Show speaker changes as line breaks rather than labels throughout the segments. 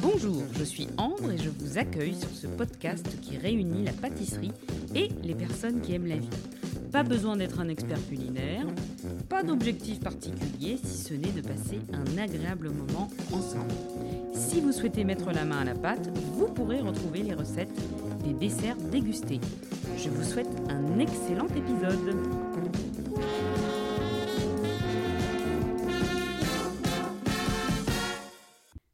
Bonjour, je suis Ambre et je vous accueille sur ce podcast qui réunit la pâtisserie et les personnes qui aiment la vie. Pas besoin d'être un expert culinaire, pas d'objectif particulier si ce n'est de passer un agréable moment ensemble. Si vous souhaitez mettre la main à la pâte, vous pourrez retrouver les recettes des desserts dégustés. Je vous souhaite un excellent épisode.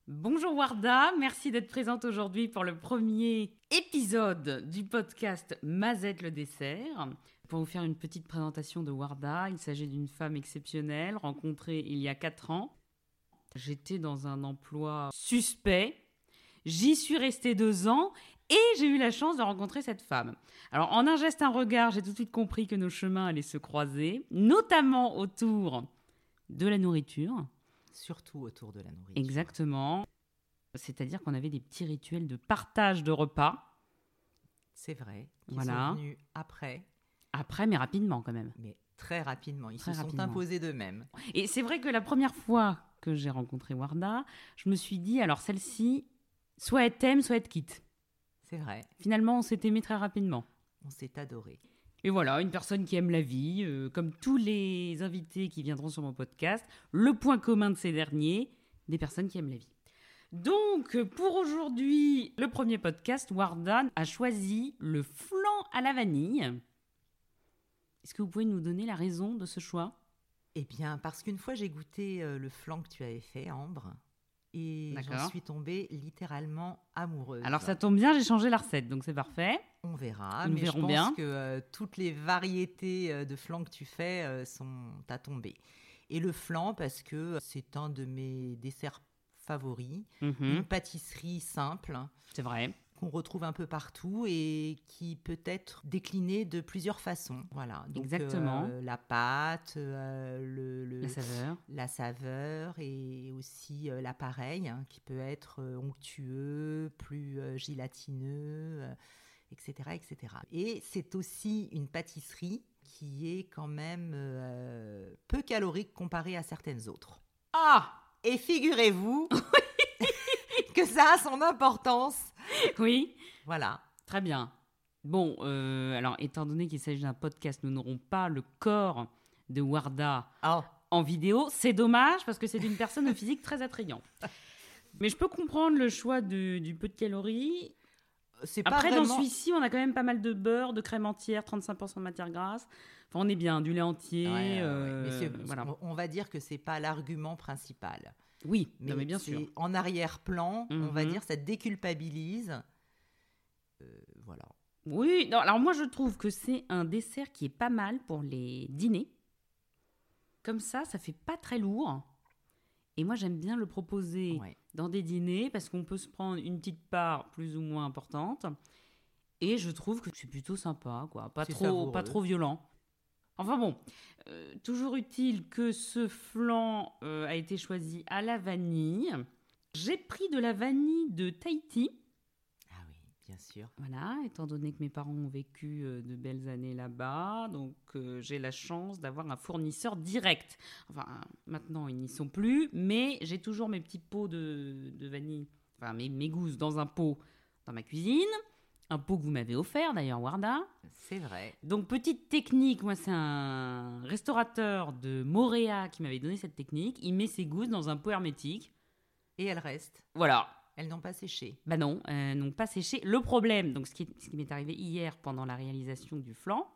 Bonjour Warda, merci d'être présente aujourd'hui pour le premier épisode du podcast Mazette le dessert. Pour vous faire une petite présentation de Warda, il s'agit d'une femme exceptionnelle rencontrée il y a 4 ans. J'étais dans un emploi suspect. J'y suis restée deux ans et j'ai eu la chance de rencontrer cette femme. Alors, en un geste, un regard, j'ai tout de suite compris que nos chemins allaient se croiser, notamment autour de la nourriture.
Surtout autour de la nourriture.
Exactement. C'est-à-dire qu'on avait des petits rituels de partage de repas.
C'est vrai. Ils
Voilà.
sont venus après,
Après, mais rapidement quand même.
mais très rapidement. Ils
Très
se
rapidement.
sont imposés d'eux-mêmes.
Et c'est vrai que la première fois que j'ai rencontré Warda, je me suis dit, alors celle-ci, soit elle t'aime, soit elle te quitte.
C'est vrai.
Finalement, on s'est aimé très rapidement.
On s'est adorés.
Et voilà, une personne qui aime la vie, euh, comme tous les invités qui viendront sur mon podcast, le point commun de ces derniers, des personnes qui aiment la vie. Donc, euh, pour aujourd'hui, le premier podcast, Wardan a choisi le flan à la vanille. Est-ce que vous pouvez nous donner la raison de ce choix
Eh bien, parce qu'une fois, j'ai goûté euh, le flan que tu avais fait, Ambre, et
D'accord.
j'en suis tombée littéralement amoureuse.
Alors, ça tombe bien, j'ai changé la recette, donc c'est parfait.
On verra,
Nous
mais je
verrons
pense
bien.
que euh, toutes les variétés euh, de flan que tu fais euh, sont à tomber. Et le flan, parce que euh, c'est un de mes desserts favoris,
Mhm,
une pâtisserie simple, hein,
c'est vrai.
qu'on retrouve un peu partout et qui peut être décliné de plusieurs façons. Voilà. Donc,
Exactement.
euh, la pâte, euh, le, le-
La saveur.
la saveur et aussi euh, l'appareil hein, qui peut être euh, onctueux, plus euh, gélatineux, euh, etc., etc. Et c'est aussi une pâtisserie qui est quand même euh, peu calorique comparée à certaines autres.
Ah
Et figurez-vous que ça a son importance.
Oui
Voilà.
Très bien. Bon, euh, alors étant donné qu'il s'agit d'un podcast, nous n'aurons pas le corps de Warda
Oh,
en vidéo. C'est dommage parce que c'est une personne au physique très attrayant. Mais je peux comprendre le choix du, du peu de calories.
c'est pas
Après, dans
vraiment...
celui-ci, on a quand même pas mal de beurre, de crème entière, 35% de matière grasse. Enfin, on est bien, du lait entier.
Ouais, ouais, ouais.
euh,
Mais c'est-
voilà.
on- on va dire que c'est pas l'argument principal.
Oui, non, mais bien
c'est
sûr.
En arrière-plan, on va
Mhm.
dire, ça déculpabilise. Euh, voilà.
Oui, non, alors moi je trouve que c'est un dessert qui est pas mal pour les dîners. Comme ça, ça fait pas très lourd. Et moi j'aime bien le proposer
Ouais.
dans des dîners parce qu'on peut se prendre une petite part plus ou moins importante. Et je trouve que c'est plutôt sympa, quoi. Pas
C'est
trop, pas
savoureux.
trop violent. Enfin bon, euh, toujours utile que ce flan euh, a été choisi à la vanille. J'ai pris de la vanille de Tahiti.
Ah oui, bien sûr.
Voilà, étant donné que mes parents ont vécu euh, de belles années là-bas, donc euh, j'ai la chance d'avoir un fournisseur direct. Enfin, maintenant ils n'y sont plus, mais j'ai toujours mes petits pots de, de vanille, enfin mes, mes gousses dans un pot dans ma cuisine. Un pot que vous m'avez offert d'ailleurs, Warda.
C'est vrai.
Donc, petite technique, moi, c'est un restaurateur de Moréa qui m'avait donné cette technique. Il met ses gousses dans un pot hermétique.
Et elles restent.
Voilà,
Elles n'ont pas séché.
bah non, euh, n'ont pas séché. Le problème, donc ce qui, ce qui m'est arrivé hier pendant la réalisation du flan,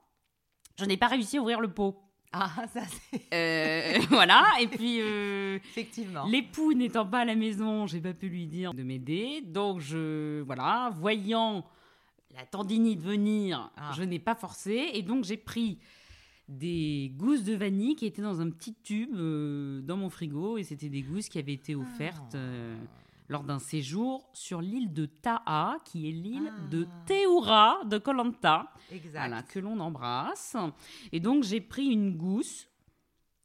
je n'ai pas réussi à ouvrir le pot.
Ah, ça, c'est...
Euh, voilà, et puis euh,
Effectivement.
l'époux n'étant pas à la maison, j'ai pas pu lui dire de m'aider. Donc je, voilà, voyant la tendinite venir,
Ah.
je n'ai pas forcé et donc j'ai pris des gousses de vanille qui étaient dans un petit tube euh, dans mon frigo et c'était des gousses qui avaient été offertes.
Ah.
euh, lors d'un séjour sur l'île de Taha, qui est l'île
Ah.
de Teura de Colanta,
Exact.
voilà, que l'on embrasse. Et donc j'ai pris une gousse.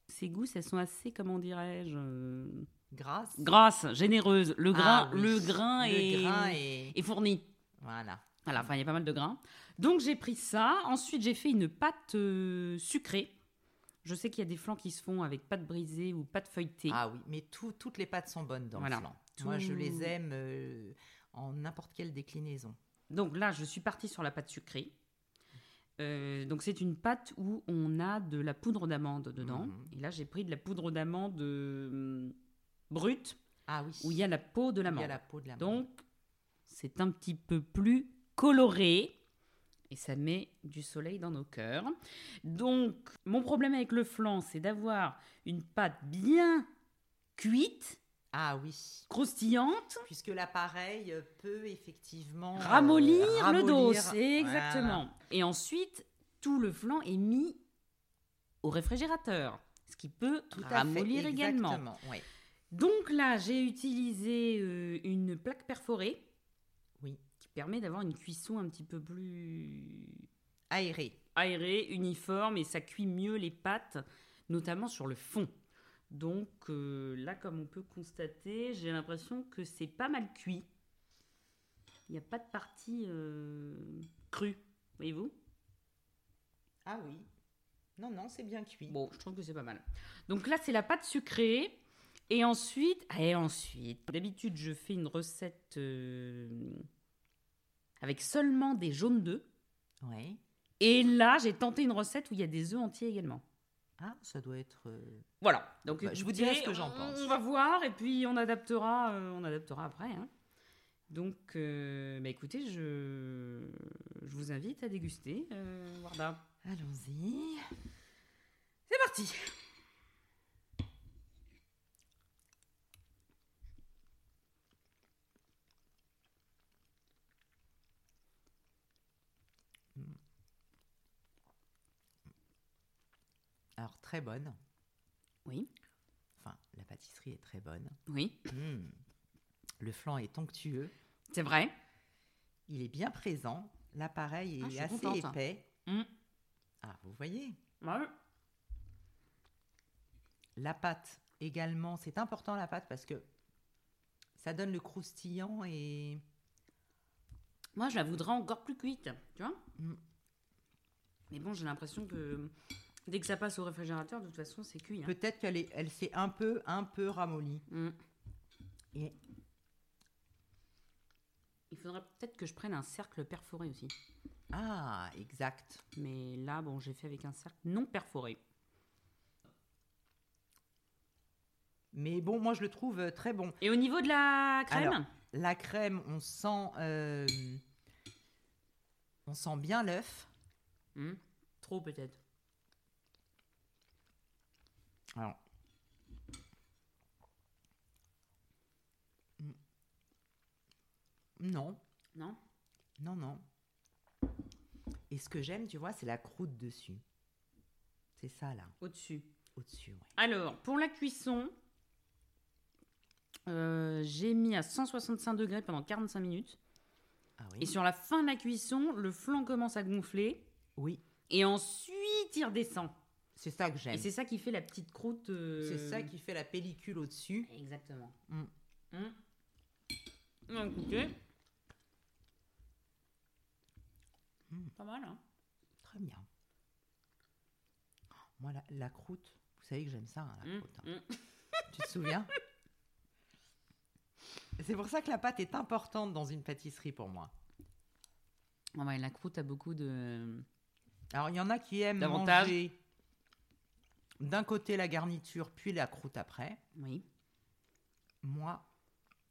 Ces gousses, elles sont assez, comment dirais-je, euh,
Grâce.
grasses, généreuses. Le grain,
Ah oui.
le grain,
Le
est,
grain est-
est fourni.
Voilà.
Voilà, enfin il y a pas mal de grains. Donc j'ai pris ça. Ensuite j'ai fait une pâte euh, sucrée. Je sais qu'il y a des flans qui se font avec pâte brisée ou pâte feuilletée.
Ah oui, mais tout- toutes les pâtes sont bonnes dans
Voilà.
le flan. Moi, je les aime euh, en n'importe quelle déclinaison.
Donc là, je suis partie sur la pâte sucrée. Euh, donc c'est une pâte où on a de la poudre d'amande dedans.
Mhm.
Et là, j'ai pris de la poudre d'amande euh, brute,
Ah oui.
où il y a la peau de
Il
l'amande.
y a la peau de l'amande.
Donc, c'est un petit peu plus coloré et ça met du soleil dans nos cœurs. Donc, mon problème avec le flan, c'est d'avoir une pâte bien cuite,
ah oui.
croustillante,
Puisque l'appareil euh, peut effectivement euh,
ramollir le dos.
ramollir.
Exactement. Et ensuite, tout le flan est mis au réfrigérateur, ce qui peut
Tout à fait,
ramollir également.
exactement, ouais.
Donc là, j'ai utilisé euh, une plaque perforée.
Oui.
Qui permet d'avoir une cuisson un petit peu plus
Aéré.
aérée, uniforme et ça cuit mieux les pâtes, notamment sur le fond. Donc euh, là, comme on peut constater, j'ai l'impression que c'est pas mal cuit. Il n'y a pas de partie euh, crue, voyez-vous
Ah oui. Non, non, c'est bien cuit.
Bon, je trouve que c'est pas mal. Donc là, c'est la pâte sucrée. Et ensuite, ah, et ensuite, d'habitude, je fais une recette euh, avec seulement des jaunes d'œufs.
Ouais.
Et là, j'ai tenté une recette où il y a des œufs entiers également.
Ah, ça doit être. euh,
Voilà. Donc
Bah, je vous
écoutez,
dirai ce que j'en
on-
pense.
On va voir et puis on adaptera, euh, on adaptera après. hein. Donc, euh, bah, écoutez, je, je vous invite à déguster. euh, Warda.
Allons-y.
C'est parti.
Alors, très bonne.
Oui.
Enfin, la pâtisserie est très bonne.
Oui,
Mm. Le flan est onctueux.
c'est vrai.
Il est bien présent. L'appareil
Ah, je
est
suis
assez
contente.
épais.
Mm.
Ah, vous voyez.
Ouais.
La pâte également. C'est important la pâte parce que ça donne le croustillant et.
Moi, je la voudrais encore plus cuite, tu vois.
Mm.
Mais bon, j'ai l'impression que euh, dès que ça passe au réfrigérateur, de toute façon, c'est cuit. hein.
Peut-être qu'elle est- elle s'est un peu, un peu ramollie.
Mm.
Et-
Il faudrait peut-être que je prenne un cercle perforé aussi.
Ah, exact.
Mais là, bon, j'ai fait avec un cercle non perforé.
Mais bon, moi je le trouve euh, très bon.
Et au niveau de la crème
Alors. La crème, on sent, euh, on sent bien l'œuf.
Hmm, Trop peut-être.
Alors. Mm. Non,
Non
non, non. Et ce que j'aime, tu vois, c'est la croûte dessus. C'est ça là,
Au-dessus.
au-dessus. ouais.
Alors, pour la cuisson, euh, j'ai mis à 165 degrés pendant 45 minutes.
Ah
Et
oui.
sur la fin de la cuisson, le flanc commence à gonfler.
Oui,
Et ensuite, il redescend.
c'est ça que
Et
j'aime.
c'est ça qui fait la petite croûte. euh,
C'est ça qui fait la pellicule au-dessus.
Exactement.
Mm.
Mm. Donc, ok.
Mm.
Pas mal, hein
Très bien. Moi, la, la croûte, vous savez que j'aime ça, hein, la
Mm,
croûte. hein.
mm.
Tu te souviens C'est pour ça que la pâte est importante dans une pâtisserie pour moi.
Ah ouais, la croûte a beaucoup de.
Alors, il y en a qui aiment
Davantage.
manger d'un côté la garniture, puis la croûte après.
Oui.
Moi,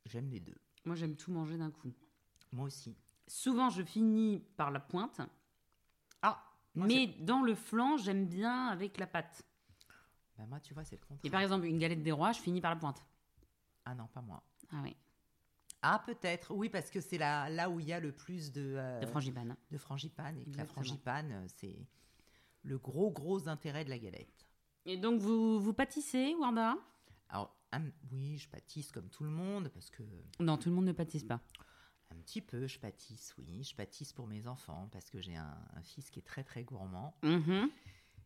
j'aime les deux.
Moi, j'aime tout manger d'un coup.
Moi aussi.
Souvent, je finis par la pointe,
Ah moi,
mais dans le flanc, j'aime bien avec la pâte.
c'est- Bah, moi, tu vois, c'est le contraire.
Et par exemple, une galette des rois, je finis par la pointe.
Ah non, pas moi.
Ah oui,
Ah, peut-être. Oui, parce que c'est là, là où il y a le plus de, euh,
de frangipane.
de frangipane. Et que la
Exactement.
frangipane, euh, c'est le gros, gros intérêt de la galette.
Et donc, vous, vous pâtissez, Wanda
Alors, un- oui, je pâtisse comme tout le monde, parce que
Non, tout le monde ne pâtisse pas.
un petit peu, je pâtisse, oui. Je pâtisse pour mes enfants, parce que j'ai un, un fils qui est très, très gourmand
Mhm.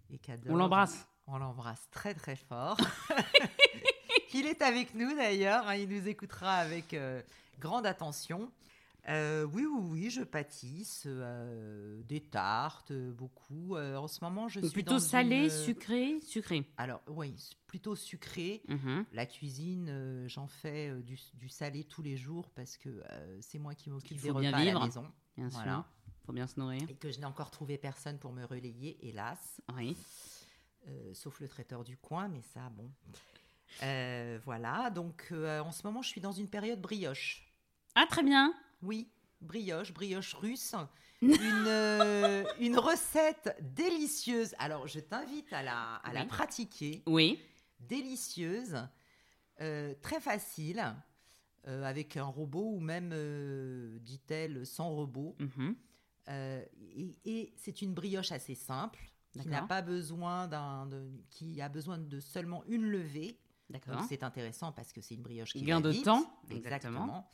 et qui adore-
On l'embrasse.
On l'embrasse très, très fort. il est avec nous, d'ailleurs. hein, il nous écoutera avec euh, grande attention. Euh, oui, oui, oui, je pâtisse euh, des tartes, euh, beaucoup. Euh, en ce moment, je suis
Plutôt
dans
salé,
une- euh,
sucré, sucré.
Alors, oui, s- plutôt sucré.
Mhm.
La cuisine, euh, j'en fais euh, du, du salé tous les jours parce que euh, c'est moi qui m'occupe
Il
des
faut
repas
bien
à
vivre.
la maison
Bien
Voilà.
sûr. Faut bien se nourrir.
et que je n'ai encore trouvé personne pour me relayer, hélas,
Oui.
euh, sauf le traiteur du coin, mais ça, bon. Euh, voilà, donc euh, en ce moment, je suis dans une période brioche.
Ah, très bien.
Oui, brioche, brioche russe. Une, euh, une recette délicieuse. Alors, je t'invite à la, à la
Oui.
pratiquer.
Oui.
Délicieuse, euh, très facile, euh, avec un robot ou même, euh, dit-elle, sans robot.
Mhm.
Euh, et et c'est une brioche assez simple, qui n'a
D'accord.
pas besoin d'un, de- qui a besoin de seulement une levée. Donc
D'accord.
c'est intéressant parce que c'est une brioche qui
Gain
va
de
vite.
temps,
Exactement.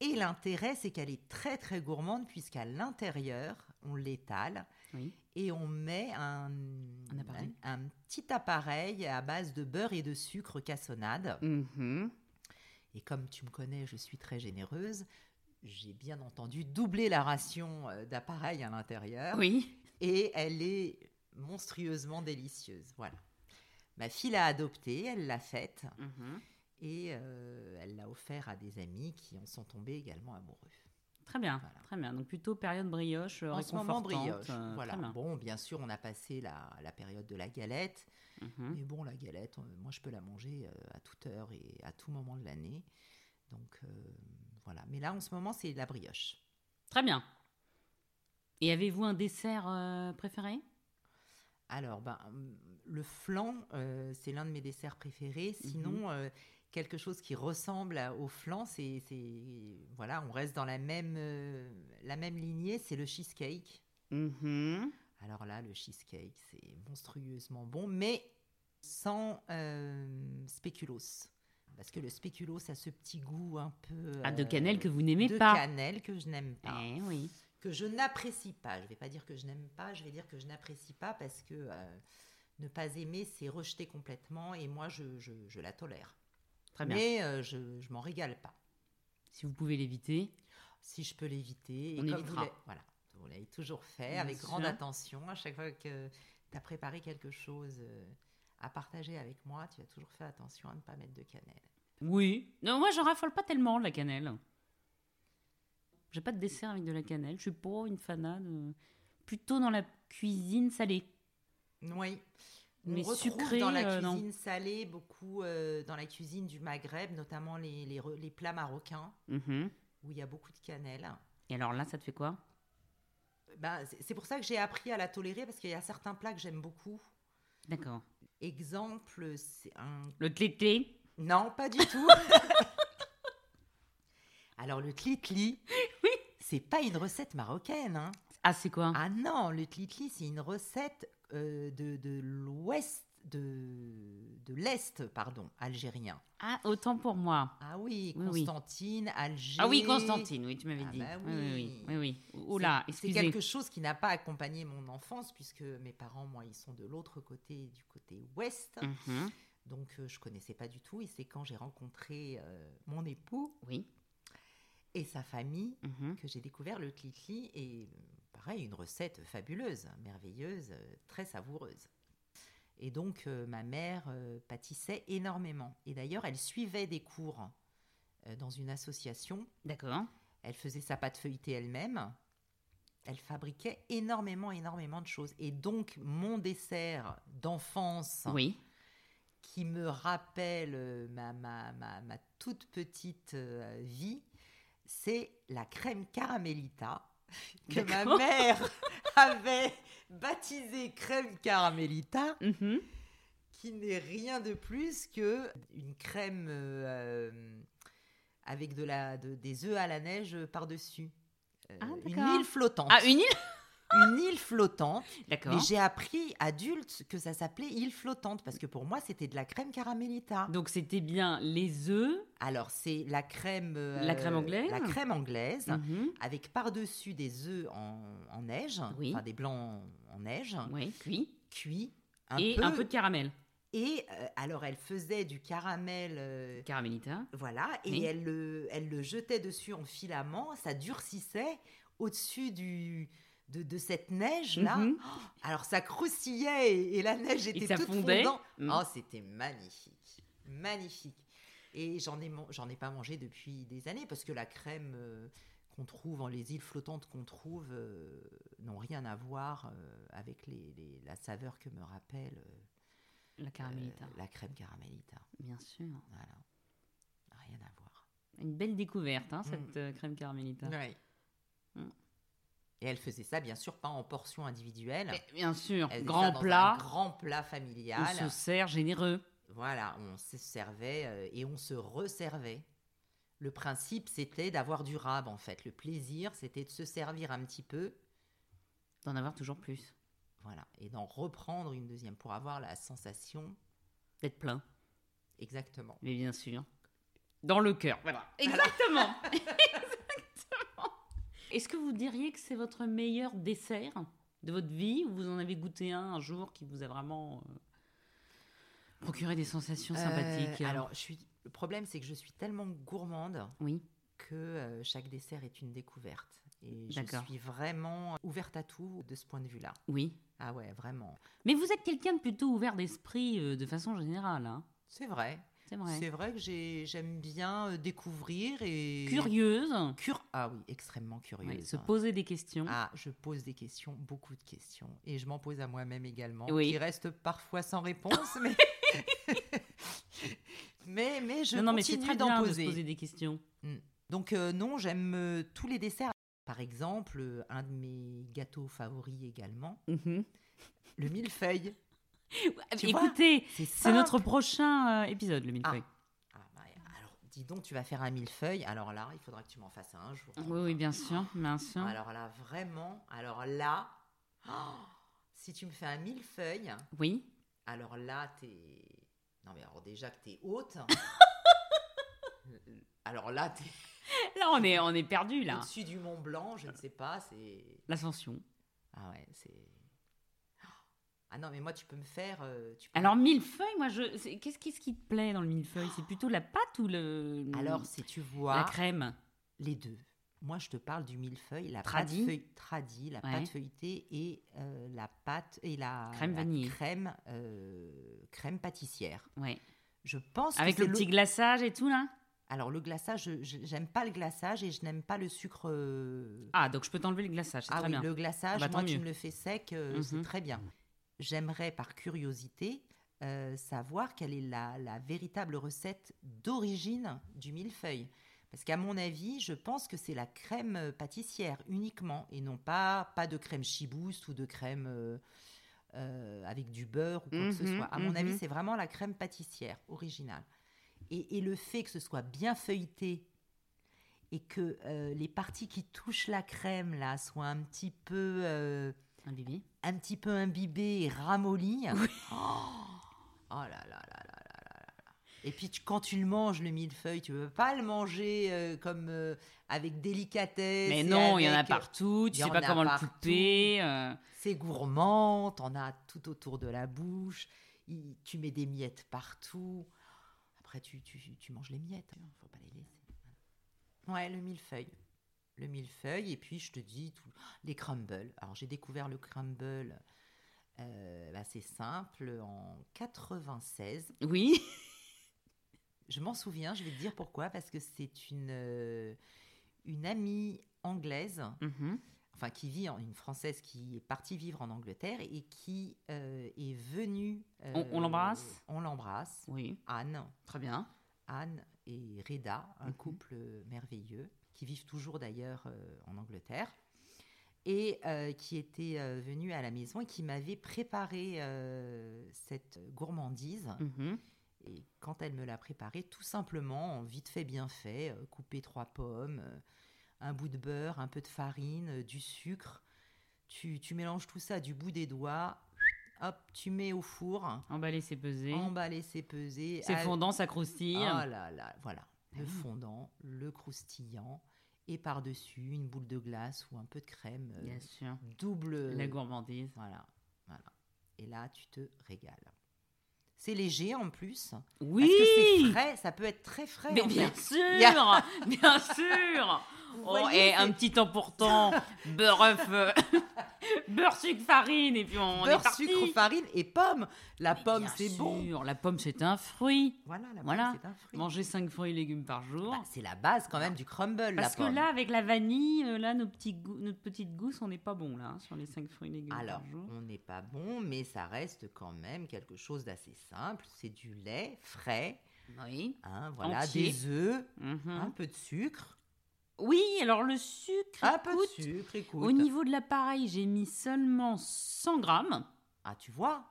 Et l'intérêt, c'est qu'elle est très très gourmande puisqu'à l'intérieur, on l'étale
Oui.
et on met un,
Un appareil.
un- un petit appareil à base de beurre et de sucre cassonade.
Mhm.
Et comme tu me connais, je suis très généreuse. J'ai bien entendu doublé la ration euh, d'appareil à l'intérieur
Oui.
et elle est monstrueusement délicieuse. Voilà. Ma fille l'a adoptée, elle l'a faite.
Mhm.
Et euh, elle l'a offert à des amis qui en sont tombés également amoureux.
Très bien.
Voilà.
Très bien. Donc plutôt période brioche, euh,
en ce moment,
réconfortante.
brioche.
euh,
voilà.
très bien.
Bon, bien sûr, on a passé la, la période de la galette.
Mhm.
Mais bon, la galette, euh, moi, je peux la manger euh, à toute heure et à tout moment de l'année. Donc, euh, voilà. Mais là, en ce moment, c'est la brioche.
Très bien. Et avez-vous un dessert euh, préféré
Alors, ben, hum, le flan, euh, c'est l'un de mes desserts préférés.
Mhm.
Sinon, euh, quelque chose qui ressemble à- au flan, c'est. c'est- Voilà, on reste dans la même, euh, la même lignée, c'est le cheesecake.
Mhm.
Mm-hmm. Alors là, le cheesecake, c'est monstrueusement bon, mais sans euh, spéculoos. Parce que le spéculoos a ce petit goût un peu.
Ah, de
euh,
cannelle que vous n'aimez
de
pas.
cannelle que je n'aime pas.
Eh oui.
Que je n'apprécie pas. Je ne vais pas dire que je n'aime pas, je vais dire que je n'apprécie pas parce que euh, ne pas aimer, c'est rejeter complètement et moi, je, je- je la tolère.
Très bien.
Mais euh, je ne m'en régale pas.
Si vous pouvez l'éviter.
Si je peux l'éviter. et
On
comme vous
évitera.
l'avez- Voilà, vous l'avez toujours fait
Bien
avec
sûr.
grande attention. À chaque fois que tu as préparé quelque chose euh, à partager avec moi, tu as toujours fait attention à ne pas mettre de cannelle.
Oui. Non, moi, je raffole pas tellement de la cannelle. J'ai pas de dessert avec de la cannelle. Je suis pas une fanade. euh, Plutôt dans la cuisine salée.
Oui. On
Mais
retrouve
sucré,
dans la
euh, non.
cuisine salée, beaucoup euh, dans la cuisine du Maghreb, notamment les, les re- les plats marocains,
Mhm.
où il y a beaucoup de cannelle.
Et alors là, ça te fait quoi
Ben, c'est c'est pour ça que j'ai appris à la tolérer, parce qu'il y a certains plats que j'aime beaucoup.
D'accord.
Exemple, c'est un
Le clé-clé
Non, pas du tout. Alors le tlitli,
Oui.
c'est pas une recette marocaine. hein.
Ah, c'est quoi
Ah non, le tlitli, c'est une recette euh, de, de l'ouest, de, de l'est, pardon, algérien.
Ah, autant pour moi.
Ah oui,
Oui, oui.
Constantine, Alger.
Ah oui, Constantine, oui, tu m'avais
Ah
dit.
bah
oui, oui,
oui.
oui. oui.
C'est-
Oula, Oh excusez.
C'est quelque chose qui n'a pas accompagné mon enfance, puisque mes parents, moi, ils sont de l'autre côté, du côté ouest.
Mhm.
Donc euh, je connaissais pas du tout. Et c'est quand j'ai rencontré euh, mon époux
Oui.
et sa famille
mhm.
que j'ai découvert le clitli et euh, pareil une recette fabuleuse, merveilleuse, euh, très savoureuse. Et donc euh, ma mère euh, pâtissait énormément et d'ailleurs elle suivait des cours euh, dans une association,
D'accord.
elle faisait sa pâte feuilletée elle-même. Elle fabriquait énormément, énormément de choses. Et donc, mon dessert d'enfance,
Oui.
qui me rappelle euh, ma, ma, ma, ma toute petite euh, vie, c'est la crème caramélita que ma
D'accord.
mère avait baptisée crème caramélita,
Mhm.
qui n'est rien de plus que une crème euh, euh, avec de la, de- des œufs à la neige par-dessus. Euh,
Ah,
une
d'accord.
île flottante.
Ah, une île
Une île flottante.
D'accord.
Mais j'ai appris adulte que ça s'appelait île flottante parce que pour moi c'était de la crème caramélita.
Donc, c'était bien les œufs.
Alors, c'est la crème... euh,
La crème anglaise
La crème anglaise,
Mhm.
avec par-dessus des œufs en, en neige,
Oui.
enfin des blancs en neige,
Oui, cuit.
cuits,
Et un peu de caramel.
Et euh, alors, elle faisait du caramel. euh,
Caramelita.
voilà, et
Oui.
elle, le, elle le jetait dessus en filament, ça durcissait au-dessus du, de, de cette neige-là.
Mhm.
Alors ça croustillait et, et la neige était
ça
toute
fondait.
fondante.
Mm.
Oh, c'était magnifique, magnifique. Et j'en ai, man- j'en ai pas mangé depuis des années parce que la crème euh, qu'on trouve, en les îles flottantes qu'on trouve, euh, n'ont rien à voir euh, avec les, les- la saveur que me rappelle euh,
La caramelita,
euh, la crème caramelita.
bien sûr.
Voilà, rien à voir.
Une belle découverte, hein,
Mm.
cette euh, crème caramelita.
Ouais.
Mm.
Et elle faisait ça, bien sûr, pas en portions individuelles.
Mais bien sûr,
Elle faisait ça
grand
dans un
plat,
grand plat
on
familial.
se sert généreux.
Voilà, on se servait euh, et on se resservait. Le principe, c'était d'avoir du rab, en fait. Le plaisir, c'était de se servir un petit peu,
D'en avoir toujours plus.
voilà, et d'en reprendre une deuxième pour avoir la sensation
D'être plein,
exactement.
mais bien sûr. Dans le cœur, voilà. Exactement. Exactement. Est-ce que vous diriez que c'est votre meilleur dessert de votre vie ou vous en avez goûté un un jour qui vous a vraiment euh, procuré des sensations sympathiques
Euh,
hein
alors, je suis... le problème, c'est que je suis tellement gourmande
Oui,
que euh, chaque dessert est une découverte. Et je
D'accord.
suis vraiment ouverte à tout de ce point de vue-là.
oui.
Ah ouais, vraiment.
Mais vous êtes quelqu'un de plutôt ouvert d'esprit euh, de façon générale, hein.
C'est vrai.
c'est vrai.
C'est vrai que j'ai- j'aime bien euh, découvrir et...
Curieuse,
Cur- ah oui, extrêmement curieuse.
ouais, se
hein.
poser des questions.
Ah, je pose des questions, beaucoup de questions. Et je m'en pose à moi-même également,
Oui.
qui reste parfois sans réponse, mais... mais, mais je
non, non, mais c'est
continue
très
d'en
bien
poser.
de se poser des questions.
Donc euh, non, j'aime euh, tous les desserts. Par exemple, euh, un de mes gâteaux favoris également, le millefeuille. Mhm. Tu vois,
Bah, Écoutez,
C'est
c'est
simple.
notre prochain euh, épisode, le millefeuille.
Ah, bah, alors, dis donc, tu vas faire un millefeuille. Alors là, il faudra que tu m'en fasses un jour.
Oui, oui, bien sûr, bien sûr.
Alors là, vraiment, alors là, oh, si tu me fais un millefeuille...
Oui,
Alors là, t'es. Non, mais alors déjà que t'es haute. hein. alors là, t'es
là on est, on est perdu là.
au-dessus du Mont Blanc, je ne sais pas, c'est.
L'ascension.
Ah ouais, c'est. Ah non, mais moi, tu peux me faire. euh, tu peux-
Alors millefeuille, moi je, c'est- qu'est-ce qu'est-ce qui te plaît dans le millefeuille C'est plutôt la pâte ou le
Alors, si tu
la
vois
crème
les deux. Moi, je te parle du millefeuille, la
Tradi.
pâte feuille- tradi, la
Ouais.
pâte feuilletée et euh, la pâte et la
Crème
la
vanille.
crème, euh, crème pâtissière.
Ouais.
Je pense
Avec
que c'est
le petit glaçage et tout là.
Alors le glaçage, je- je- j'aime pas le glaçage et je n'aime pas le sucre. euh,
Ah donc je peux t'enlever le glaçage, c'est
Ah
très
oui,
bien.
le glaçage,
Ah bah,
moi
tant
tu
mieux.
me le fais sec, euh, c'est
Mhm.
très bien. J'aimerais par curiosité euh, savoir quelle est la, la véritable recette d'origine du millefeuille. Parce qu'à mon avis, je pense que c'est la crème euh, pâtissière uniquement et non pas, pas de crème chibouste ou de crème euh, euh, avec du beurre ou quoi que ce
Mhm,
soit. À mon avis,
mhm.
c'est vraiment la crème pâtissière originale. Et, et le fait que ce soit bien feuilleté et que euh, les parties qui touchent la crème là soient un petit peu euh,
Un bébé.
un petit peu imbibées et ramollies. Oh, Oh là là là là là là là là. Et puis tu- quand tu le manges le millefeuille, tu peux pas le manger euh, comme euh, avec délicatesse.
Mais
et
non, il y en a
avec- euh,
partout. Tu
il y
sais
en
pas
a
comment le
partout.
couper. euh,
C'est gourmand, t'en as tout autour de la bouche. il- tu mets des miettes partout. Après, tu, tu- tu manges les miettes. hein, Faut pas les laisser. Ouais, le millefeuille. Le millefeuille, et puis je te dis tout- les crumbles. Alors, j'ai découvert le crumble, euh, bah, c'est simple, en 96.
Oui.
Je m'en souviens, je vais te dire pourquoi, parce que c'est une, euh, une amie anglaise
Mhm.
enfin qui vit en une française qui est partie vivre en Angleterre et qui euh, est venue. euh,
On- on l'embrasse
On l'embrasse.
Oui.
Anne,
Très bien.
Anne et Reda, un
Mhm.
couple merveilleux qui vivent toujours d'ailleurs euh, en Angleterre et euh, qui était euh, venu à la maison et qui m'avait préparé euh, cette gourmandise.
Mhm.
Et quand elle me l'a préparé, tout simplement, en vite fait, bien fait, euh, couper trois pommes, euh, un bout de beurre, un peu de farine, euh, du sucre. Tu, tu mélanges tout ça du bout des doigts. Hop, tu mets au four.
Emballer, c'est peser.
Emballer, c'est pesé.
C'est
Ah,
fondant, ça croustille.
Ah là là, voilà. Le
oui.
fondant, le croustillant. Et par-dessus, une boule de glace ou un peu de crème. euh,
Bien sûr.
Double.
La gourmandise.
Voilà, voilà. Et là, tu te régales. C'est léger en plus.
Oui.
Parce que c'est frais, ça peut être très frais.
Mais
en
bien
fait.
sûr, bien sûr.
Vous
Oh,
voyez,
et un
c'est
petit temps pour temps, beurre, œuf, euh, beurre, sucre, farine, et puis on est
beurre,
parti.
sucre, farine et pomme. La
Mais
pomme,
bien
c'est bon.
sûr, La pomme, c'est un fruit.
Voilà, la pomme,
Voilà.
c'est un fruit.
Manger 5 fruits et légumes par jour.
Bah, c'est la base quand même du crumble,
Parce
la
que
pomme.
là, avec la vanille, euh, là, nos petits goûts- notre petite gousse, on n'est pas bon là, hein, sur les 5 fruits et légumes
Alors,
par jour.
on n'est pas bon, mais ça reste quand même quelque chose d'assez simple. C'est du lait frais,
Oui.
hein, voilà,
Entier.
des œufs,
Mhm.
un peu de sucre,
Oui, alors le sucre,
un peu de
écoute,
sucre, écoute.
au niveau de l'appareil, j'ai mis seulement 100 grammes,
Ah, tu vois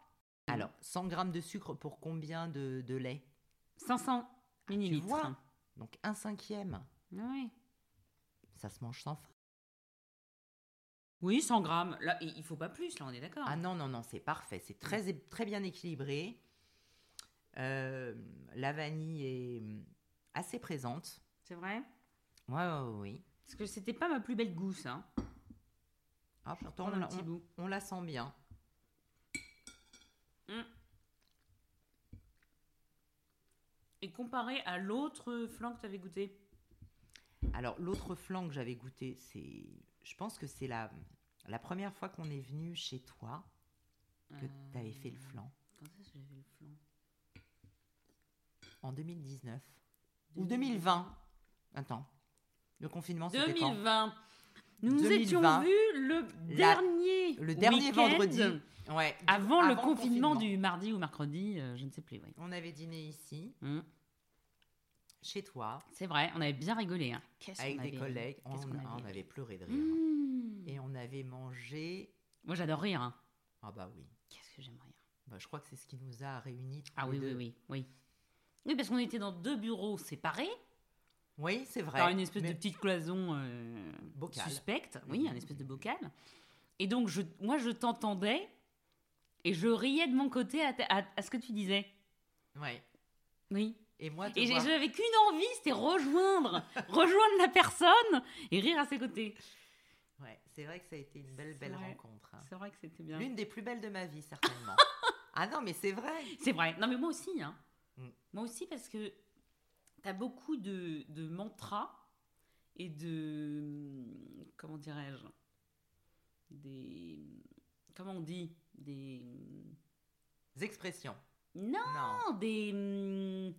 Mm.
Alors, 100 grammes de sucre pour combien de, de lait
500 millilitres.
Ah, vois. Donc, un cinquième.
Oui.
Ça se mange sans faim.
Oui, 100 grammes. Là, il il faut pas plus, là, on est d'accord.
Ah non, non, non, c'est parfait. C'est très, é- très bien équilibré. Euh, la vanille est hum, assez présente.
C'est vrai
Ouais, ouais, ouais, oui.
Parce que c'était pas ma plus belle gousse, hein.
Ah, pourtant,
Prendre
on,
un
la-
petit
on-
bout.
on la sent bien.
Et comparé à l'autre flanc que tu avais goûté.
Alors, l'autre flan que j'avais goûté, c'est. Je pense que c'est la, la première fois qu'on est venu chez toi que tu avais fait le flan.
Euh, Quand est-ce que j'avais le flan
En 2019. Ou 2020. Attends. Le confinement, c'était quand
2020. Nous nous
2020.
étions vus le
La-
dernier
le dernier
week-end
vendredi. Ouais. du-
Avant, le confinement, du mardi ou mercredi, euh, je ne sais plus. ouais.
On avait dîné ici,
Hum,
chez toi,
C'est vrai, on avait bien rigolé. hein. Qu'est-ce qu'on
avec des
avait-
collègues. On,
qu'est-ce qu'on
ah, on
avait-
avait pleuré de rire.
Mmh.
Et on avait mangé.
Moi, j'adore rire. hein.
Ah, bah oui.
Qu'est-ce que j'aime rire.
Bah, je crois que c'est ce qui nous a réunis. tous
Ah oui,
les
oui,
deux.
oui, oui. Oui, parce qu'on était dans deux bureaux séparés,
Oui, c'est vrai.
par une espèce
Mais-
de petite cloison euh,
Bocal.
suspecte, oui, un espèce de bocal. Et donc, je, moi, je t'entendais et je riais de mon côté à, ta- à- à ce que tu disais.
Ouais.
Oui.
Et moi, te
Et j'ai-
voir-
j'avais qu'une envie, c'était rejoindre, rejoindre la personne et rire à ses côtés.
Ouais, c'est vrai que ça a été une belle,
C'est
belle
vrai.
rencontre. hein.
C'est vrai que c'était bien.
L'une des plus belles de ma vie, certainement. ah non, mais c'est vrai.
C'est vrai. Non, mais moi aussi. Hein.
Mm.
Moi aussi, parce que t'as beaucoup de, de mantras et de. mm, Comment dirais-je Des. mm, Comment on dit Des. mm,
Les expressions.
Non
Non.
Des. hum,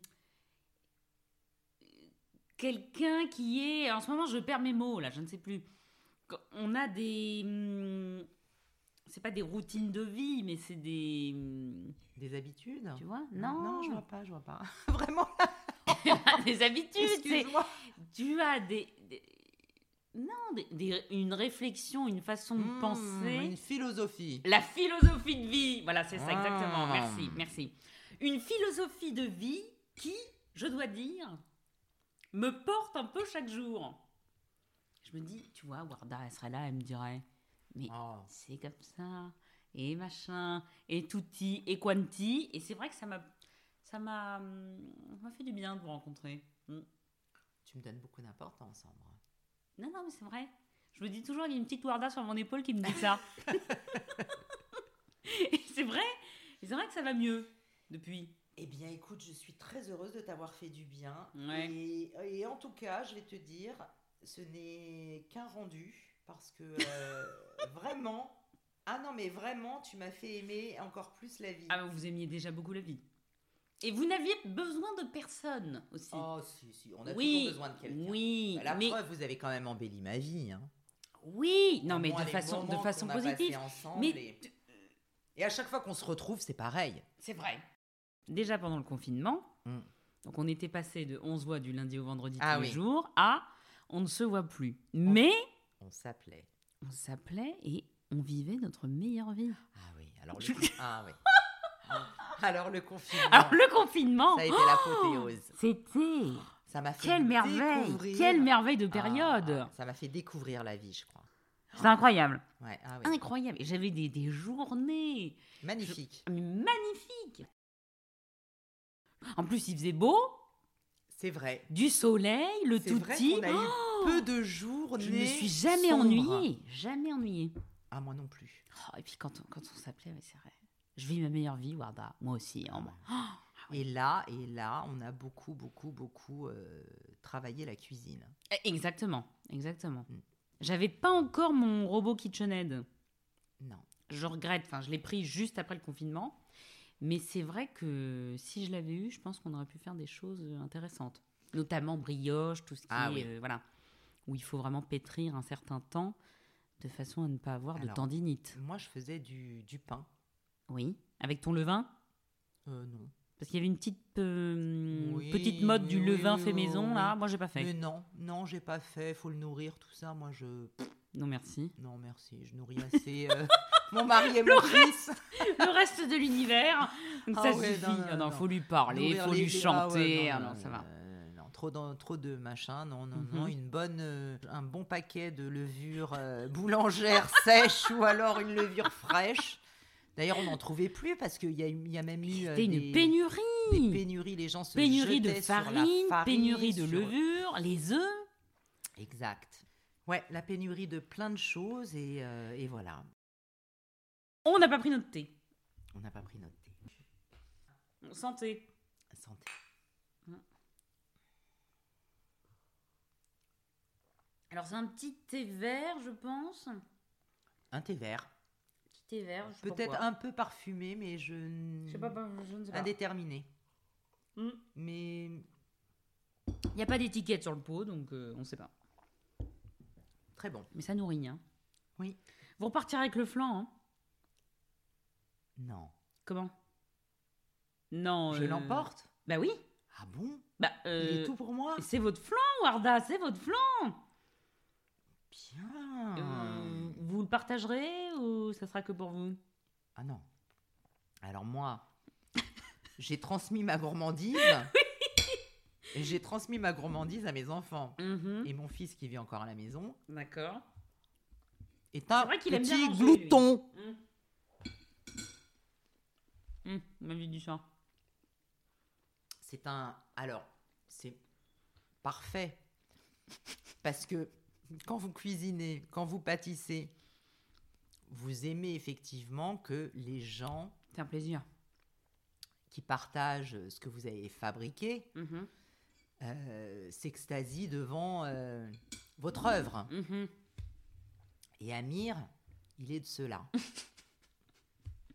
Quelqu'un qui est. En ce moment, je perds mes mots, là, je ne sais plus. Qu- On a des. hum, C'est pas des routines de vie, mais c'est des. hum,
Des habitudes
Tu vois
Non, je vois pas, je vois pas. Vraiment,
des habitudes. c'est-
excuse-moi.
Tu as des, des- non, des- des- une réflexion, une façon de
Mmh,
penser,
Une philosophie.
la philosophie de vie. Voilà, c'est ça
Ah.
exactement. Merci, merci. Une philosophie de vie qui, je dois dire, me porte un peu chaque jour. Je me dis, tu vois, Warda, elle serait là, elle me dirait, mais
Oh,
c'est comme ça, et machin, et touti, et quanti. Et c'est vrai que ça m'a, ça m'a, hum, ça m'a fait du bien de vous rencontrer. Hum.
tu me donnes beaucoup d'importance, Ambre.
Non, non, mais c'est vrai. Je me dis toujours, il y a une petite Warda sur mon épaule qui me dit ça. Et c'est vrai. Et c'est vrai que ça va mieux depuis.
Eh bien, écoute, je suis très heureuse de t'avoir fait du bien.
Ouais.
Et, et en tout cas, je vais te dire, ce n'est qu'un rendu parce que euh, vraiment. Ah non, mais vraiment, tu m'as fait aimer encore plus la vie.
Ah, vous aimiez déjà beaucoup la vie. Et vous n'aviez besoin de personne aussi.
Oh, si, si, on a
oui,
toujours besoin de quelqu'un. Bah,
Oui,
La
mais
preuve, vous avez quand même embelli ma vie. hein.
oui, non,
Au
mais
moins
de
les
façon, de
moments
façon
qu'on a passés
positive.
ensemble
Mais
et... et à chaque fois qu'on se retrouve, c'est pareil.
C'est vrai. Déjà pendant le confinement,
Mm.
donc on était passé de on se voit du lundi au vendredi
Ah
tous les
oui. Oh.
jours à on ne se voit plus. Mais
On s'appelait.
on s'appelait et on vivait notre meilleure vie.
Ah oui, alors le, ah, oui. alors, le confinement,
Alors le confinement,
ça a été l'apothéose.
C'était
Ça m'a fait
quelle merveille,
découvrir-
quelle merveille de
Ah,
période.
ça m'a fait découvrir la vie, je crois.
C'est incroyable,
Ouais, ah oui.
incroyable. Et j'avais des, des journées
Magnifique.
mais magnifiques. En plus, il faisait beau,
C'est vrai.
du soleil, le
C'est vrai
touti.
qu'on a eu
Oh,
Peu de jours.
je me suis jamais ennuyée, jamais ennuyée.
Ah moi non plus.
Oh, et puis quand on, quand on s'appelait, ouais, c'est vrai. Je vis ma meilleure vie, Warda. Moi aussi, en moi. Oh
Ah, Et là, et là, on a beaucoup, beaucoup, beaucoup euh, travaillé la cuisine.
Eh, Exactement, exactement.
Ah. Mm.
J'avais pas encore mon robot KitchenAid.
Non.
Je regrette, enfin, je l'ai pris juste après le confinement. Mais c'est vrai que si je l'avais eu, je pense qu'on aurait pu faire des choses intéressantes. Notamment brioche, tout ce qui
Ah
est,
oui.
euh, voilà, où il faut vraiment pétrir un certain temps de façon à ne pas avoir de
Alors.
tendinite.
Moi, je faisais du, du pain.
Oui. Avec ton levain
Euh, non.
Parce qu'il y avait une petite, euh,
Oui,
petite mode du
oui,
levain
oui,
fait
oui,
maison,
oui.
là. Moi, j'ai pas fait.
Mais non, non, j'ai pas fait. Faut le nourrir, tout ça. Moi, je. pff,
Non, merci.
Non, merci. Je nourris assez euh, mon mari et mon fils.
le reste de l'univers,
Ah
ça
ouais,
suffit.
non, non,
Ah non,
non.
faut lui parler,
Nourrir
faut
les-
lui
les- ah
chanter.
ouais,
Ah non, ça va.
euh, non, trop, dans, trop de machin, non, non, non.
Mhm.
Une bonne, euh, un bon paquet de levure boulangère sèche ou alors une levure fraîche. D'ailleurs, on n'en trouvait plus parce qu'il y a, eu- il y a même eu euh,
C'était
des-
une
des
pénurie.
pénuries. Les gens se
Pénurie de
jetaient sur la
farine, pénurie de
sur-
levure, les œufs.
Exact. Ouais, la pénurie de plein de choses et, euh, et voilà.
On n'a pas pris notre thé.
On n'a pas pris notre thé.
Santé.
Santé.
Alors, c'est un petit thé vert, je pense.
Un thé vert.
Petit thé vert, je sais pas
Peut-être
pourquoi.
un peu parfumé, mais je. n-
Je sais pas, bah, je ne sais pas.
Indéterminé.
Hmm.
Mais
Il n'y a pas d'étiquette sur le pot, donc euh, on ne sait pas.
très bon.
Mais ça nourrit, hein.
Oui.
Vous repartirez avec le flan, hein
Non.
Comment Non.
Je
euh,
l'emporte
Bah oui.
Ah bon
Bah,
Il
euh,
est tout pour moi
C'est votre flan, Warda, c'est votre flan.
Bien
Euh, vous le partagerez ou ça sera que pour vous
Ah non. Alors moi, j'ai transmis ma gourmandise. Et j'ai transmis ma gourmandise à mes enfants.
Hmm. Mm-hmm.
Et mon fils qui vit encore à la maison
D'accord.
est un
C'est vrai qu'il aime bien
petit
manger, lui.
glouton.
Mmh. ma vie du chat.
C'est un. Alors, c'est parfait. Parce que quand vous cuisinez, quand vous pâtissez, vous aimez effectivement que les gens
C'est un plaisir.
qui partagent ce que vous avez fabriqué
Mmh
euh, s'extasient devant euh, votre œuvre.
Mmh
Et Amir, il est de cela.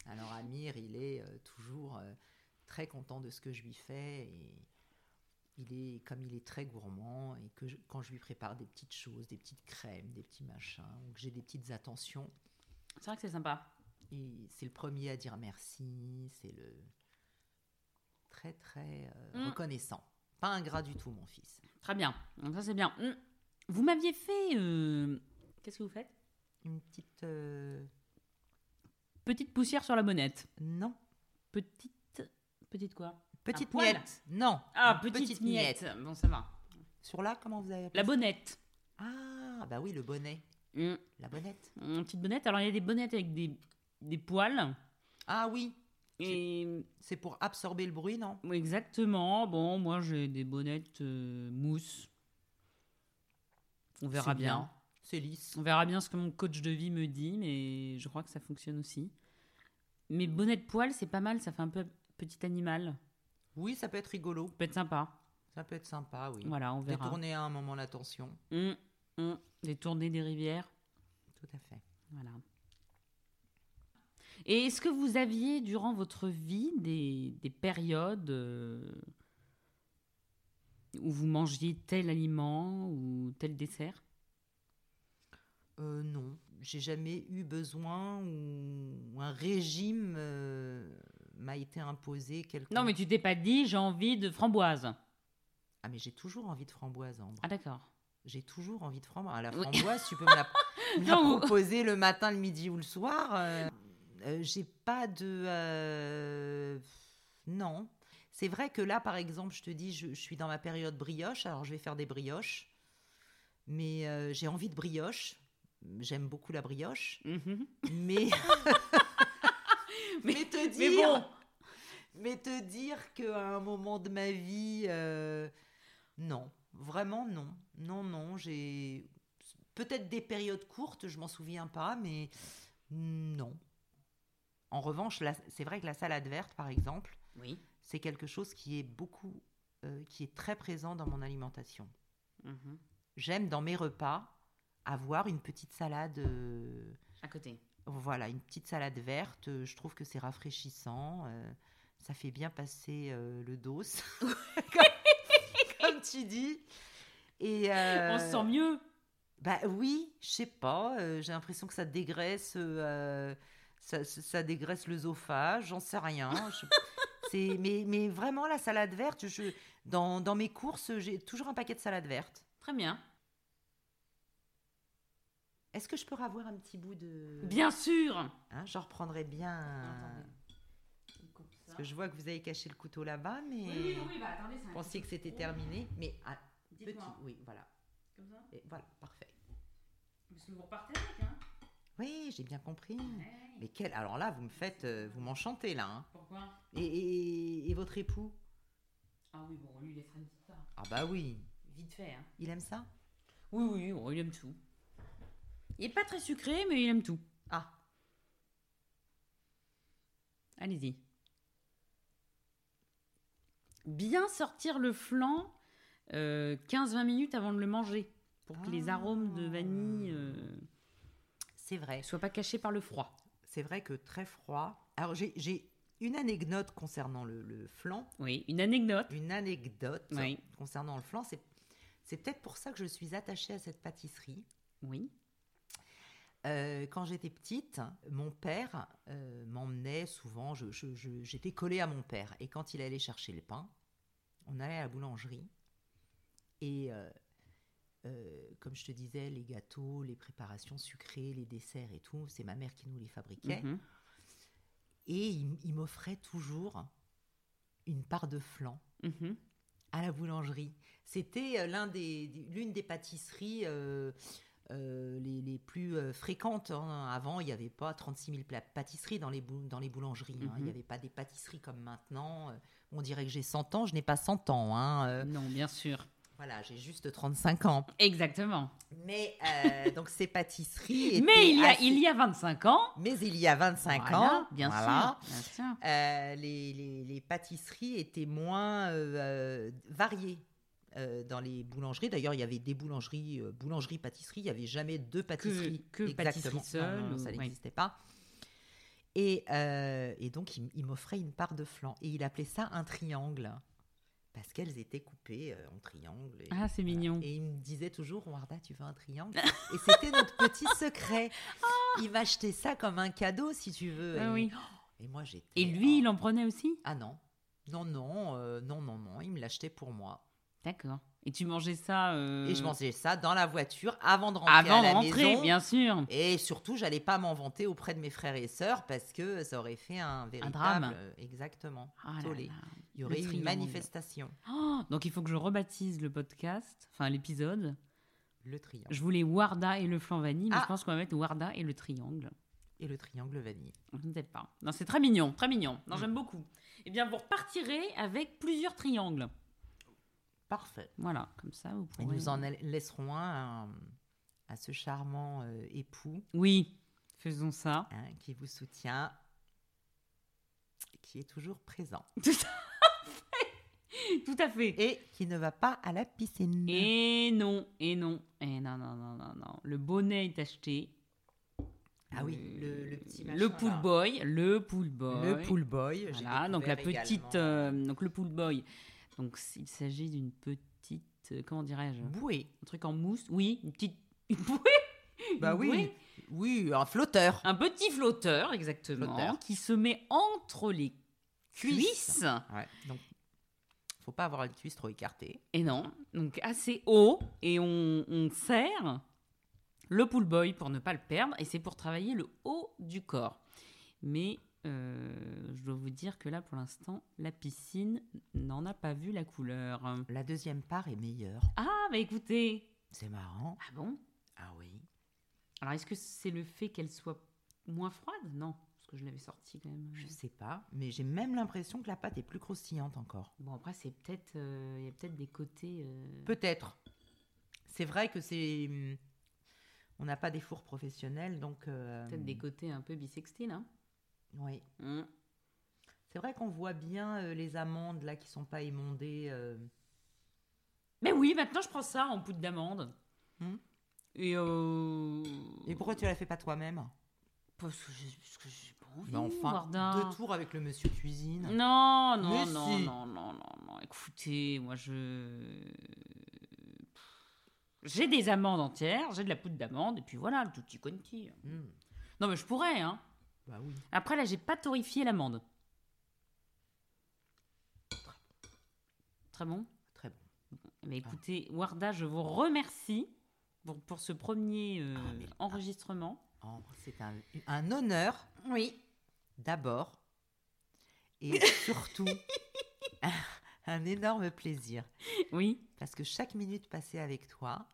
Alors Amir, il est euh, toujours euh, très content de ce que je lui fais et il est comme il est très gourmand et que je- quand je lui prépare des petites choses, des petites crèmes, des petits machins, ou que j'ai des petites attentions,
C'est vrai que c'est sympa.
il- c'est le premier à dire merci, c'est le très très euh,
Mm.
reconnaissant. Pas ingrat du tout mon fils.
Très bien. Donc ça c'est bien. Mm. Vous m'aviez fait. euh, Qu'est-ce que vous faites
Une petite euh,
Petite poussière sur la bonnette.
non,
Petite. Petite quoi
petite
poil
miette. Non.
Ah,
Une
petite, miette. Bon, ça va.
Sur là, comment vous avez appelé
La bonnette.
Ah, bah oui, le bonnet.
Mm.
La bonnette.
Une petite bonnette. Alors il y a des bonnettes avec des, des poils.
Ah oui,
Et
c'est pour absorber le bruit, non
Oui, Exactement. Bon, moi j'ai des bonnettes euh, mousse. On verra
C'est
bien.
C'est lisse.
On verra bien ce que mon coach de vie me dit, mais je crois que ça fonctionne aussi. Mais bonnette poil, c'est pas mal. Ça fait un peu petit animal.
Oui, ça peut être rigolo.
Ça peut être sympa.
Ça peut être sympa, oui.
Voilà, on verra.
Détourner à un moment l'attention.
Hum, hum. Les tournées des rivières.
Tout à fait.
Voilà. Et est-ce que vous aviez durant votre vie des, des périodes euh, où vous mangiez tel aliment ou tel dessert
Euh, non, j'ai jamais eu besoin ou ou un régime euh, m'a été imposé quelque.
Non, mais tu t'es pas dit j'ai envie de framboise.
Ah, mais j'ai toujours envie de framboise, hein, Ambre.
Ah d'accord.
J'ai toujours envie de framboise. Ah, la
Oui.
framboise, tu peux me la, me la
Non, vous-
proposer le matin, le midi ou le soir. euh, euh, J'ai pas de. euh, non. C'est vrai que là, par exemple, je te dis, je, je suis dans ma période brioche, alors je vais faire des brioches. Mais euh, j'ai envie de brioche. J'aime beaucoup la brioche. Mais. Mm-hmm. mais, te dire.
mais
Mais,
bon.
te dire qu'à un moment de ma vie. euh, non. Vraiment, non. Non, non. J'ai. Peut-être des périodes courtes, je m'en souviens pas, mais. Non. En revanche, la- c'est vrai que la salade verte, par exemple,
Oui.
c'est quelque chose qui est beaucoup, euh, qui est très présent dans mon alimentation.
Mhm.
J'aime dans mes repas avoir une petite salade, euh,
À côté.
voilà, une petite salade verte. euh, Je trouve que c'est rafraîchissant. euh, ça fait bien passer euh, le dos, comme, comme tu dis. Et euh,
On se sent mieux.
Bah oui, je sais pas. euh, j'ai l'impression que ça dégraisse, euh, ça, ça- ça dégraisse l'œsophage. J'en sais rien. je- c'est, mais, mais vraiment la salade verte. Je, dans, dans mes courses, j'ai toujours un paquet de salade verte.
Très bien.
Est-ce que je peux avoir un petit bout de
Bien sûr.
Hein, j'en reprendrai bien.
Attendez. On coupe ça.
Parce que je vois que vous avez caché le couteau là-bas, mais
Oui, oui, oui, bah attendez, c'est
vous
un
pensiez que
petit
c'était
trou.
terminé. Mais ah, petit,
Dites-moi,
oui, voilà.
comme ça
Et voilà, parfait.
Parce que vous repartez avec, hein Eh
Oui, j'ai bien compris.
Ouais.
Mm. Mais quel Alors là, vous me faites, euh, vous m'enchantez là. hein.
Pourquoi
Et, et- et votre époux
Ah oui, bon, on lui laissera une petite part.
Ah bah oui,
Vite fait, hein.
il aime ça
Oui, oui, bon, il aime tout. Il est pas très sucré, mais il aime tout.
Ah,
Allez-y. Bien sortir le flan euh, 15-20 minutes avant de le manger pour que les
Ah.
arômes de vanille euh,
c'est vrai.
soient pas cachés par le froid.
C'est vrai que très froid. Alors j'ai- j'ai une anecdote concernant le, le flan.
Oui, une anecdote.
Une anecdote
Oui.
concernant le flan, c'est c'est peut-être pour ça que je suis attachée à cette pâtisserie.
Oui.
Euh, quand j'étais petite, mon père euh, m'emmenait souvent, je- je- je- j'étais collée à mon père. Et quand il allait chercher le pain, on allait à la boulangerie. Et euh, euh, comme je te disais, les gâteaux, les préparations sucrées, les desserts et tout, c'est ma mère qui nous les fabriquait.
Mhm.
Et il, m- il m'offrait toujours une part de flan
Mhm.
à la boulangerie. C'était euh, l'un des- des- l'une des pâtisseries euh, euh, les, les plus euh, fréquentes. hein. Avant, il n'y avait pas 36 000 pla- pâtisseries dans les, bou- dans les boulangeries. hein. Il
Mhm.
n'y avait pas des pâtisseries comme maintenant. Euh, On dirait que j'ai 100 ans, je n'ai pas 100 ans. hein. Euh,
Non, bien sûr.
voilà, j'ai juste 35 ans.
Exactement.
Mais euh, donc ces pâtisseries.
Mais
étaient
il y, a,
assez-
il y a 25 ans.
Mais il y a 25
Voilà,
ans,
bien
voilà,
sûr. Bien sûr.
euh, les, les- les pâtisseries étaient moins euh, euh, variées euh, dans les boulangeries. D'ailleurs, il y avait des boulangeries, euh, boulangeries, pâtisseries. Il n'y avait jamais deux pâtisseries.
que
Exactement.
pâtisserie seule
Non, non,
ou-
ça
ouais.
n'existait pas. Et, euh, et donc, il, il m'offrait une part de flan. Et il appelait ça un triangle. Parce qu'elles étaient coupées euh, en triangle. Et-
Ah, c'est mignon.
et il me disait toujours, Warda, tu veux un triangle Et c'était notre petit secret. Il m'achetait ça comme un cadeau, si tu veux.
Ah
et,
oui.
et moi, j'étais.
Et lui,
oh.
il en prenait aussi
Ah non. Non, non, euh, non, non, non. Il me l'achetait pour moi.
D'accord. Et tu mangeais ça euh,
Et je mangeais ça dans la voiture avant de rentrer
avant
à la
de rentrer,
maison.
bien sûr.
Et surtout, j'allais pas m'en vanter auprès de mes frères et sœurs parce que ça aurait fait un véritable.
drame.
euh, Exactement.
Ah là
Tollé.
là.
Il y aurait eu une
triangle.
manifestation.
Oh, donc il faut que je rebaptise le podcast, enfin l'épisode.
Le triangle.
Je voulais Warda et le flan vanille, mais
Ah.
je pense qu'on va mettre Warda et le triangle.
Et le triangle vanille.
Peut-être pas. Non, c'est très mignon, très mignon. Non,
Mm.
j'aime beaucoup. Eh bien, vous repartirez avec plusieurs triangles.
Parfait.
Voilà, comme ça, vous
Et
pourrez.
nous en laisserons un à, à ce charmant euh, époux
Oui, faisons ça.
hein, qui vous soutient, qui est toujours présent
Tout à fait. Tout à fait.
et qui ne va pas à la piscine.
Et non, et non, et non, non, non, non, non. Le bonnet est acheté.
Ah oui, le, le petit machin.
Le pool
là.
boy, le pool boy.
Le pool boy. j'ai
Voilà, donc la
découvert
petite,
également.
euh, donc le pool boy. Donc s- il s'agit d'une petite, euh, comment dirais-je, un
Bouée.
truc en mousse. Oui, une petite, une bouée.
Bah
Une
oui.
bouée.
Oui, un flotteur.
Un petit flotteur, exactement,
Flotteur.
qui se met entre les
Cuisse.
cuisses.
Ah. Ouais, donc faut pas avoir une cuisse trop écartée.
Et non, donc assez haut, et on, on serre le pool boy pour ne pas le perdre, et c'est pour travailler le haut du corps. Mais euh, je dois vous dire que là, pour l'instant, la piscine n'en a pas vu la couleur.
La deuxième part est meilleure.
Ah, bah écoutez
C'est marrant.
Ah bon
Ah oui.
Alors, est-ce que c'est le fait qu'elle soit moins froide Non, parce que je l'avais sortie quand même.
Je sais pas, mais j'ai même l'impression que la pâte est plus croustillante encore.
Bon, après, c'est peut-être... euh, Il y a peut-être des côtés... euh,
Peut-être. C'est vrai que c'est. hum, On n'a pas des fours professionnels, donc. euh,
Peut-être des côtés un peu bisextiles, hein
Oui.
Mm.
C'est vrai qu'on voit bien euh, les amandes là qui sont pas émondées. euh,
Mais oui, maintenant je prends ça en poudre d'amande. Hmm.
Mm.
Et euh...
Et pourquoi tu la fais pas toi-même
Parce que j'ai parce que j'ai pas envie,
Mais enfin,
Warda.
deux tours avec le monsieur cuisine.
Non, non,
Mais
non,
si.
non, non, non, non. Écoutez, moi je. J'ai des amandes entières, j'ai de la poudre d'amande, et puis voilà, le tutti conti.
Hmm,
Non, mais je pourrais, hein.
Bah oui.
Après, là, j'ai pas torréfié l'amande. Très bon.
Très bon.
Mais écoutez, Warda, je vous remercie pour, pour ce premier euh,
Ah, mais-
enregistrement.
Oh, c'est un, un honneur
Oui.
d'abord et surtout un, un énorme plaisir
Oui.
parce que chaque minute passée avec toi,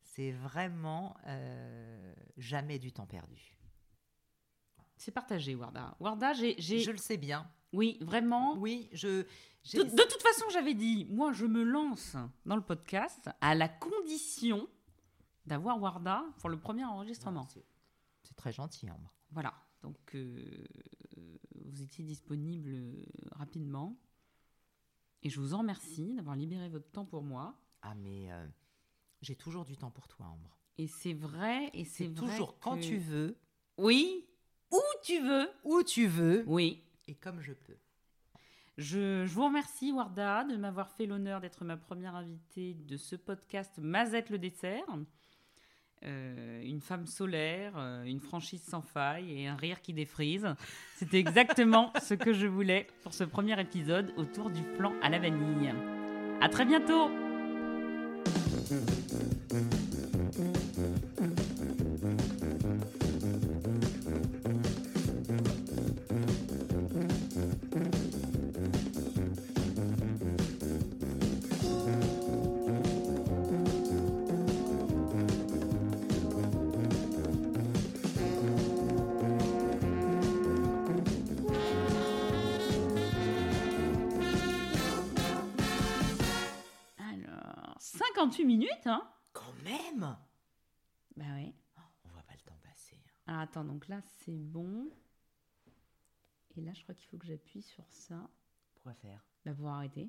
c'est vraiment euh, jamais du temps perdu.
C'est partagé, Warda. Warda, j'ai. j'ai-
Je le sais bien.
Oui, vraiment.
Oui, je. j'ai-
De, de toute façon, j'avais dit, moi, je me lance dans le podcast à la condition d'avoir Warda pour le premier enregistrement.
C'est c'est très gentil, Ambre.
Voilà. Donc, euh, euh, vous étiez disponible euh, rapidement. Et je vous en remercie d'avoir libéré votre temps pour moi.
Ah mais euh, j'ai toujours du temps pour toi, Ambre.
Et c'est vrai, et c'est
C'est
vrai
toujours quand
que-
tu veux,
Oui, où tu veux.
où tu veux
Oui.
et comme je peux.
Je, je vous remercie, Warda, de m'avoir fait l'honneur d'être ma première invitée de ce podcast Mazette le dessert. Euh, une femme solaire, euh, une franchise sans faille et un rire qui défrise. C'était exactement ce que je voulais pour ce premier épisode autour du plan à la vanille. À très bientôt! Alors, 58 minutes, hein?
Quand même
Bah oui.
On voit pas le temps passer. hein.
Alors attends, donc là c'est bon. Et là, je crois qu'il faut que j'appuie sur ça.
Pourquoi faire
Bah, pour arrêter.